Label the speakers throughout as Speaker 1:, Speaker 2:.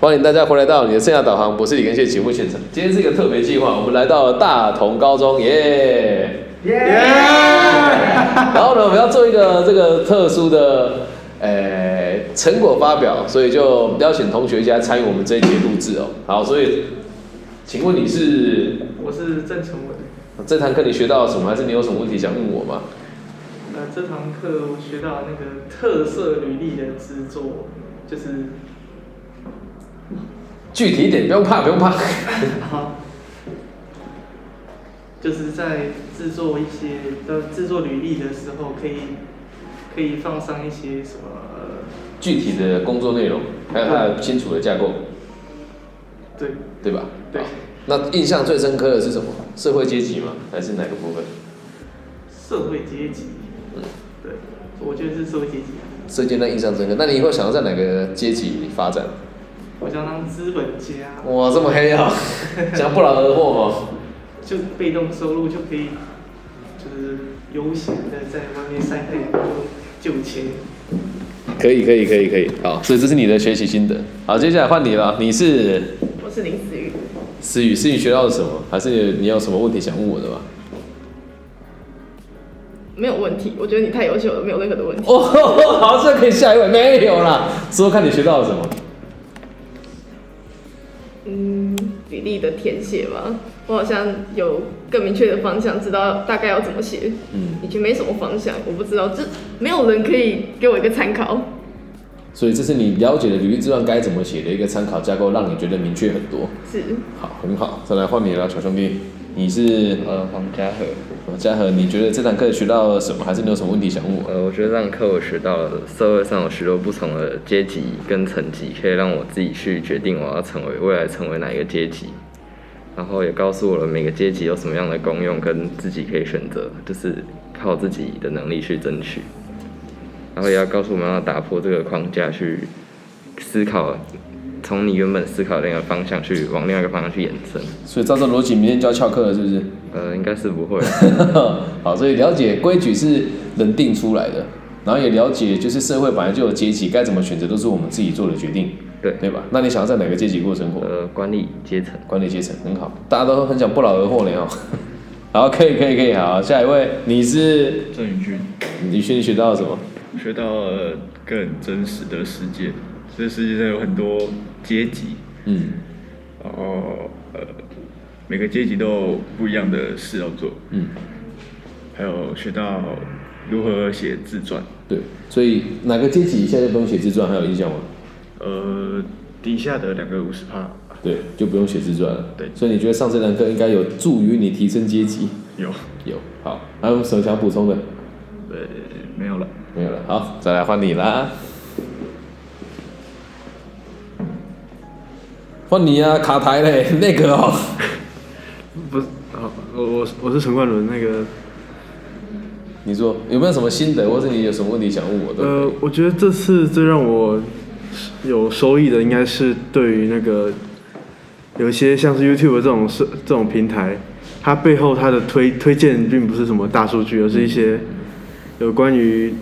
Speaker 1: 欢迎大家回来到你的生涯导航，我是李根谢节目现场。今天是一个特别计划，我们来到了大同高中，耶、 然后呢，我们要做一个这个特殊的呃成果发表，所以就邀请同学一起来参与我们这一节录制哦。好，所以请问你是呃
Speaker 2: 我是郑成伟。
Speaker 1: 这堂课你学到了什么，还是你有什么问题想问我吗？
Speaker 2: 呃，这堂课我学到那个特色履历的制作，就是
Speaker 1: 具体一点，不用怕，不用怕。
Speaker 2: 好，就是在制作一些呃制作履历的时候，可以可以放上一些什么、呃
Speaker 1: 具体的工作内容，还有它的清楚的架构，
Speaker 2: 对
Speaker 1: 对吧？
Speaker 2: 对
Speaker 1: 好。那印象最深刻的是什么？社会阶级吗？还是哪个部分？
Speaker 2: 社会阶级，对，我觉得是社会阶级。
Speaker 1: 这阶段印象深刻。那你以后想要在哪个阶级发展？
Speaker 2: 我想当资本家，
Speaker 1: 哇，这么黑 啊！想不劳而获吗？
Speaker 2: 就被动收入就可以，就是悠闲的在外面晒太阳，就钱。
Speaker 1: 可以，可以，可以，可以。好，所以这是你的学习心得。好，接下来换你了。你是
Speaker 3: 我是林思雨，
Speaker 1: 思雨，思雨学到了什么？还是你你有什么问题想问我的吗？
Speaker 3: 没有问题。我觉得你太优秀了，没有任何的问题。
Speaker 1: 哦， 好，这可以下一位。没有啦，说看你学到了什么。
Speaker 3: 嗯，比例的填写吧，我好像有更明确的方向，知道大概要怎么写，
Speaker 1: 嗯，
Speaker 3: 以前没什么方向，我不知道，就没有人可以给我一个参考。
Speaker 1: 所以这是你了解的履历之段该怎么写的一个参考架构，让你觉得明确很多。
Speaker 3: 是，
Speaker 1: 好，很好，再来换你了，小兄弟。你是
Speaker 4: 呃，黄家和，
Speaker 1: 呃嘉禾，你觉得这堂课学到了什么？还是你有什么问题想问我？
Speaker 4: 呃，我觉得这堂课我学到了社会上有许多不同的阶级跟层级，可以让我自己去决定我要成为未来成为哪一个阶级，然后也告诉我了每个阶级有什么样的功用跟自己可以选择，就是靠自己的能力去争取，然后也要告诉我们要打破这个框架去思考，从你原本思考的那个方向去往另外一个方向去延伸，
Speaker 1: 所以照这逻辑，明天就要翘课了，是不是？
Speaker 4: 呃，应该是不会。
Speaker 1: 好，所以了解规矩是人定出来的，然后也了解就是社会本来就有阶级，该怎么选择都是我们自己做的决定，
Speaker 4: 对
Speaker 1: 对吧？那你想要在哪个阶级过生活？
Speaker 4: 呃，管理阶层。
Speaker 1: 管理阶层很好，大家都很想不劳而获呢哦。 好，可以可以可以，好，下一位，你是
Speaker 5: 郑宇君
Speaker 1: 你学你学到了什么？
Speaker 5: 学到了更真实的世界，这世界上有很多阶级，
Speaker 1: 嗯
Speaker 5: 然后呃，每个阶级都有不一样的事要做，
Speaker 1: 嗯，
Speaker 5: 还有学到如何写自传，
Speaker 1: 对，所以哪个阶级现在就不用写自传，还有印象吗？
Speaker 5: 呃，底下的两个五十趴
Speaker 1: 对，就不用写自传了。
Speaker 5: 对
Speaker 1: 所以你觉得上这堂课应该有助于你提升阶级？
Speaker 5: 有，
Speaker 1: 有，好，还有什么想补充的？
Speaker 5: 呃，没有了。
Speaker 1: 没有了，好，再来换你啦。换你啊，卡台嘞， 那个哦，
Speaker 6: 不是啊，我我我是陈冠伦那个，
Speaker 1: 你说有没有什么心得，或是你有什么问题想问我的？
Speaker 6: 呃，我觉得这次最让我有收益的，应该是对于那个有一些像是 YouTube 这种是这种平台，它背后它的推推荐并不是什么大数据，而是一些有关于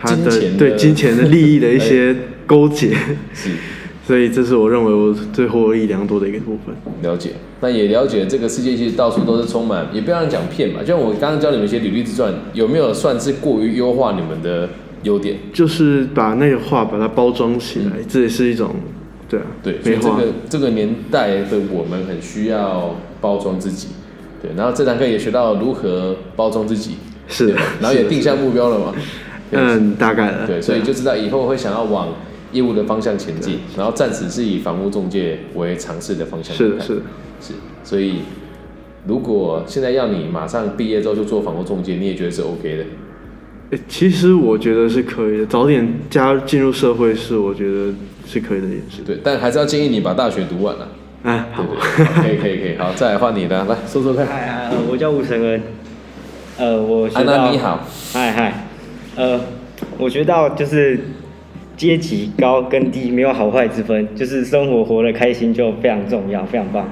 Speaker 6: 它
Speaker 1: 金
Speaker 6: 的
Speaker 1: 钱的
Speaker 6: 对金钱的利益的 一些勾结，
Speaker 1: 是
Speaker 6: 所以这是我认为我最获益良多的一个部分。
Speaker 1: 了解，那也了解这个世界其实到处都是充满，也不要让人讲骗嘛。就像我刚刚教你们一些履历自传，有没有算是过于优化你们的优点？
Speaker 6: 就是把那个话把它包装起来，这也是一种对啊，
Speaker 1: 嗯对，所以
Speaker 6: 美
Speaker 1: 这
Speaker 6: 化。
Speaker 1: 个这个年代的我们很需要包装自己，对。然后这堂课也学到如何包装自己，
Speaker 6: 是啊
Speaker 1: 对
Speaker 6: 的，
Speaker 1: 然后也
Speaker 6: 是的
Speaker 1: 定下目标了嘛，对
Speaker 6: 嗯，大概了。
Speaker 1: 对，所以就知道以后会想要往业务的方向前进，
Speaker 6: 啊
Speaker 1: 然后暂时是以房屋中介为尝试的方向。
Speaker 6: 是的，是的，
Speaker 1: 是，所以如果现在要你马上毕业之后就做房屋中介，你也觉得是 OK 的。
Speaker 6: 诶其实我觉得是可以的，早点加入进入社会是我觉得是可以的一件事。
Speaker 1: 对，但还是要建议你把大学读完了、
Speaker 6: 哎，
Speaker 1: 对
Speaker 6: 好，
Speaker 1: 对对，可以可以可以，好，再来换你的，来说说看。
Speaker 7: 嗨嗨，我叫吴承恩，呃，我学
Speaker 1: 安
Speaker 7: 到
Speaker 1: 娜你，好，
Speaker 7: 嗨嗨，呃，我学到就是阶级高跟低没有好坏之分，就是生活活得开心就非常重要，非常棒。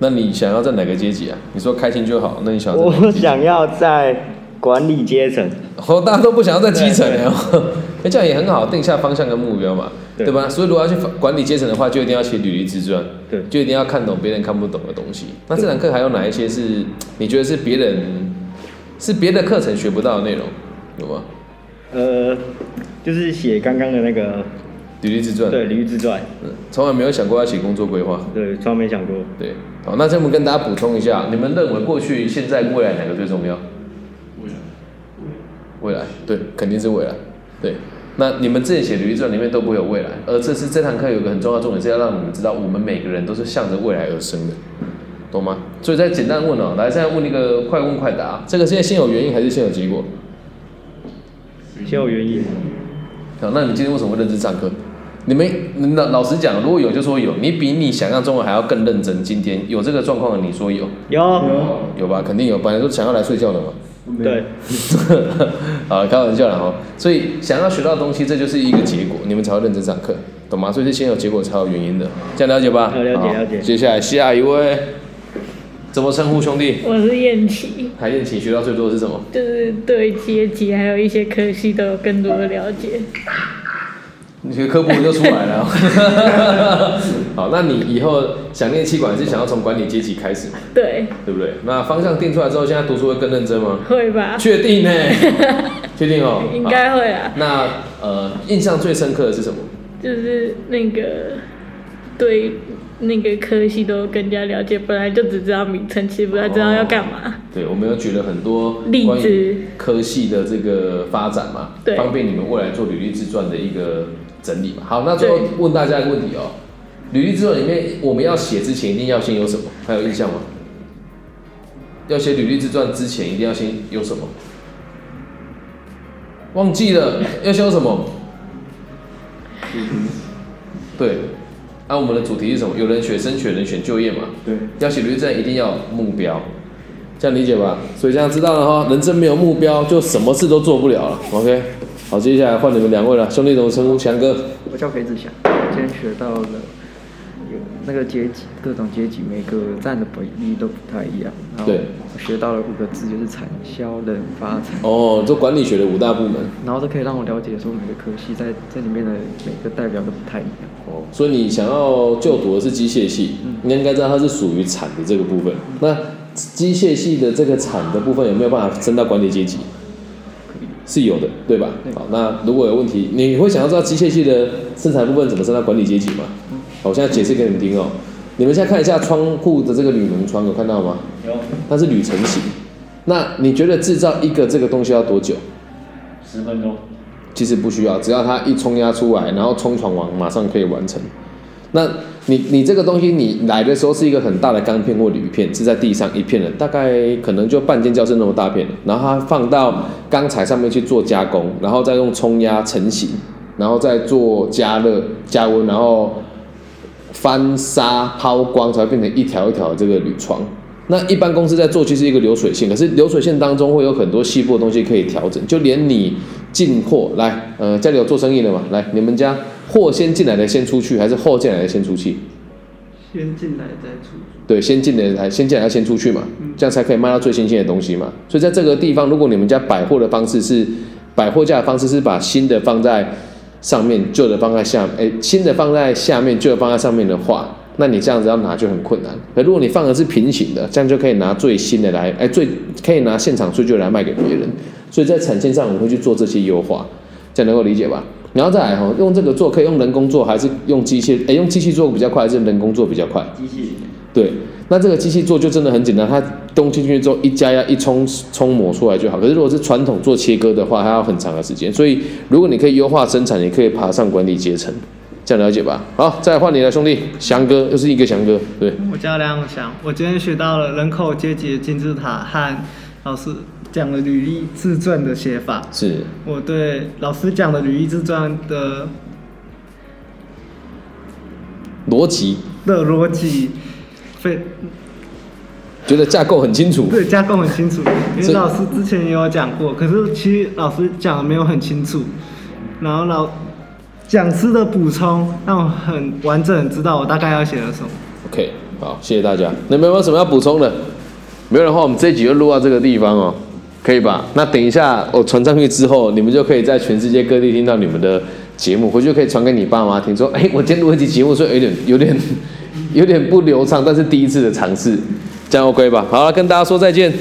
Speaker 1: 那你想要在哪个阶级啊？你说开心就好，那你想要在哪
Speaker 7: 我
Speaker 1: 个阶级
Speaker 7: 想要在管理阶层，
Speaker 1: 哦，大家都不想要在基层了。那这样也很好定下方向跟目标嘛，
Speaker 7: 对
Speaker 1: 对吧？所以如果要去管理阶层的话，就一定要写履历自传，
Speaker 7: 对
Speaker 1: 就一定要看懂别人看不懂的东西。那这堂课还有哪一些是你觉得是别人是别的课程学不到的内容，有吗？
Speaker 7: 呃，就是写刚刚的那个
Speaker 1: 履历自传，
Speaker 7: 对《驴自传
Speaker 1: 嗯，从来没有想过要写工作规划。》，
Speaker 7: 对，从来没想过。
Speaker 1: 对，好，那这么跟大家补充一下，你们认为过去、现在、未来哪个最重要？未来。未来，对，肯定是未来。对，那你们自己写履历传里面都不会有未来，而这次这堂课有个很重要的重点是要让你们知道，我们每个人都是向着未来而生的，懂吗？所以再简单问哦，来，现在问一个快问快答，这个现在先有原因还是先有结果？
Speaker 7: 先有原因，
Speaker 1: 好，那你今天为什么会认真上课？你们你老老实讲，如果有就说有，你比你想象中的还要更认真。今天有这个状况，你说有，
Speaker 7: 有
Speaker 1: 有吧？肯定有，本来就想要来睡觉的嘛。
Speaker 7: 对，
Speaker 1: 啊，开玩笑啦哈。所以想要学到的东西，这就是一个结果，你们才会认真上课，懂吗？所以是先有结果才有原因的，这样了解吧？
Speaker 7: 呃了解
Speaker 1: 好
Speaker 7: 了解
Speaker 1: 接下来下一位，怎么称呼兄弟？
Speaker 8: 我是燕琪，
Speaker 1: 海燕，请学到最多的是什么？
Speaker 8: 就是对阶级还有一些科系都有更多的了解。
Speaker 1: 你的科普就出来了。 好，那你以后想念气管是想要从管理阶级开始嘛，
Speaker 8: 对，
Speaker 1: 对不对？那方向定出来之后，现在读书会更认真吗？
Speaker 8: 会吧？
Speaker 1: 确定 呢、确定哦。
Speaker 8: 应
Speaker 1: 好。
Speaker 8: 该会啊。
Speaker 1: 那呃，印象最深刻的是什么？
Speaker 8: 就是那个对那个科系都更加了解，本来就只知道名称，其实不太知道要干嘛。
Speaker 1: 对，我们有举了很多
Speaker 8: 例
Speaker 1: 关于
Speaker 8: 子
Speaker 1: 科系的这个发展嘛，
Speaker 8: 对
Speaker 1: 方便你们未来做履历自传的一个整理嘛。好，那最后
Speaker 8: 对
Speaker 1: 问大家一个问题哦，履历自传里面我们要写之前一定要先有什么？还有印象吗？要写履历自传之前一定要先有什么？忘记了要先有什么？对，那、我们的主题是什么？有人选升学，有人选就业嘛？
Speaker 6: 对，
Speaker 1: 要写履历自传一定要有目标，这样理解吧？所以这样知道了哈，人生没有目标，就什么事都做不了了。OK，好，接下来换你们两位了，兄弟怎么称呼？强哥，
Speaker 9: 我叫裴子祥，我今天学到了有那个阶级，各种阶级，每个站的比例都不太一样。然后
Speaker 1: 对
Speaker 9: 我学到了五个字，就是产销人发财。
Speaker 1: 哦，做管理学的五大部门，
Speaker 9: 然后这可以让我了解说每个科系在这里面的每个代表都不太一样。
Speaker 1: 哦，所以你想要就读的是机械系，
Speaker 9: 嗯
Speaker 1: 你应该知道它是属于产的这个部分。那机械系的这个产的部分有没有办法升到管理阶级？是有的，对吧？好，那如果有问题，你会想要知道机械系的生产部分怎么升到管理阶级吗？
Speaker 9: 嗯
Speaker 1: 好，我现在解释给你们听哦。你们现在看一下窗户的这个铝门窗，有看到吗？
Speaker 7: 有
Speaker 1: 它是铝成型。那你觉得制造一个这个东西要多久？
Speaker 7: 十分钟，
Speaker 1: 其实不需要，只要它一冲压出来，然后冲床完，马上可以完成。那你你这个东西，你来的时候是一个很大的钢片或铝片，是在地上一片的，大概可能就半间教室那么大片的，然后它放到钢材上面去做加工，然后再用冲压成型，然后再做加热、加温，然后翻砂抛光才会变成一条一条的这个铝床。那一般公司在做其实一个流水线，可是流水线当中会有很多细部的东西可以调整，就连你进货来，呃，家里有做生意的嘛，来，你们家货先进来的先出去，还是后进来的先出去？
Speaker 2: 先进来再出去。
Speaker 1: 对，先进的才先进来要先出去嘛，这样才可以卖到最新鲜的东西嘛。所以在这个地方，如果你们家百货的方式是百货架的方式是把新的放在上面，旧的放在下，哎，新的放在下面，旧的放在上面的话，那你这样子要拿就很困难。可如果你放的是平行的，这样就可以拿最新的来，哎，最可以拿现场最旧的来卖给别人。所以在产线上我们会去做这些优化，这样能够理解吧？然后再来哈，用这个做可以用人工做还是用机械？哎，用机器做比较快还是人工做比较快？
Speaker 7: 机器
Speaker 1: 对，那这个机器做就真的很简单，它东西进去之后一加压一冲冲磨出来就好。可是如果是传统做切割的话，它要很长的时间。所以如果你可以优化生产，你可以爬上管理阶层，这样了解吧？好，再来换你了，兄弟，翔哥又是一个翔哥，对，
Speaker 10: 我叫梁永祥，我今天学到了人口阶级的金字塔和老师讲的履历自传的写法。
Speaker 1: 是
Speaker 10: 我对老师讲的履历自传的
Speaker 1: 逻辑，
Speaker 10: 的逻辑非
Speaker 1: 觉得架构很清楚。
Speaker 10: 对架构很清楚，因
Speaker 1: 所以
Speaker 10: 为老师之前也有讲过，可是其实老师讲的没有很清楚，然后老讲师的补充让我很完整地知道我大概要写了什么。
Speaker 1: OK，好，谢谢大家。你们有没有什么要补充的？没有的话，我们这一集就录到这个地方哦。可以吧？那等一下我传上去之后，你们就可以在全世界各地听到你们的节目，回去就可以传给你爸妈听，说，哎、我今天录一集节目，所以有点有点有点不流畅，但是第一次的尝试，这样 OK 吧？好了，跟大家说再见。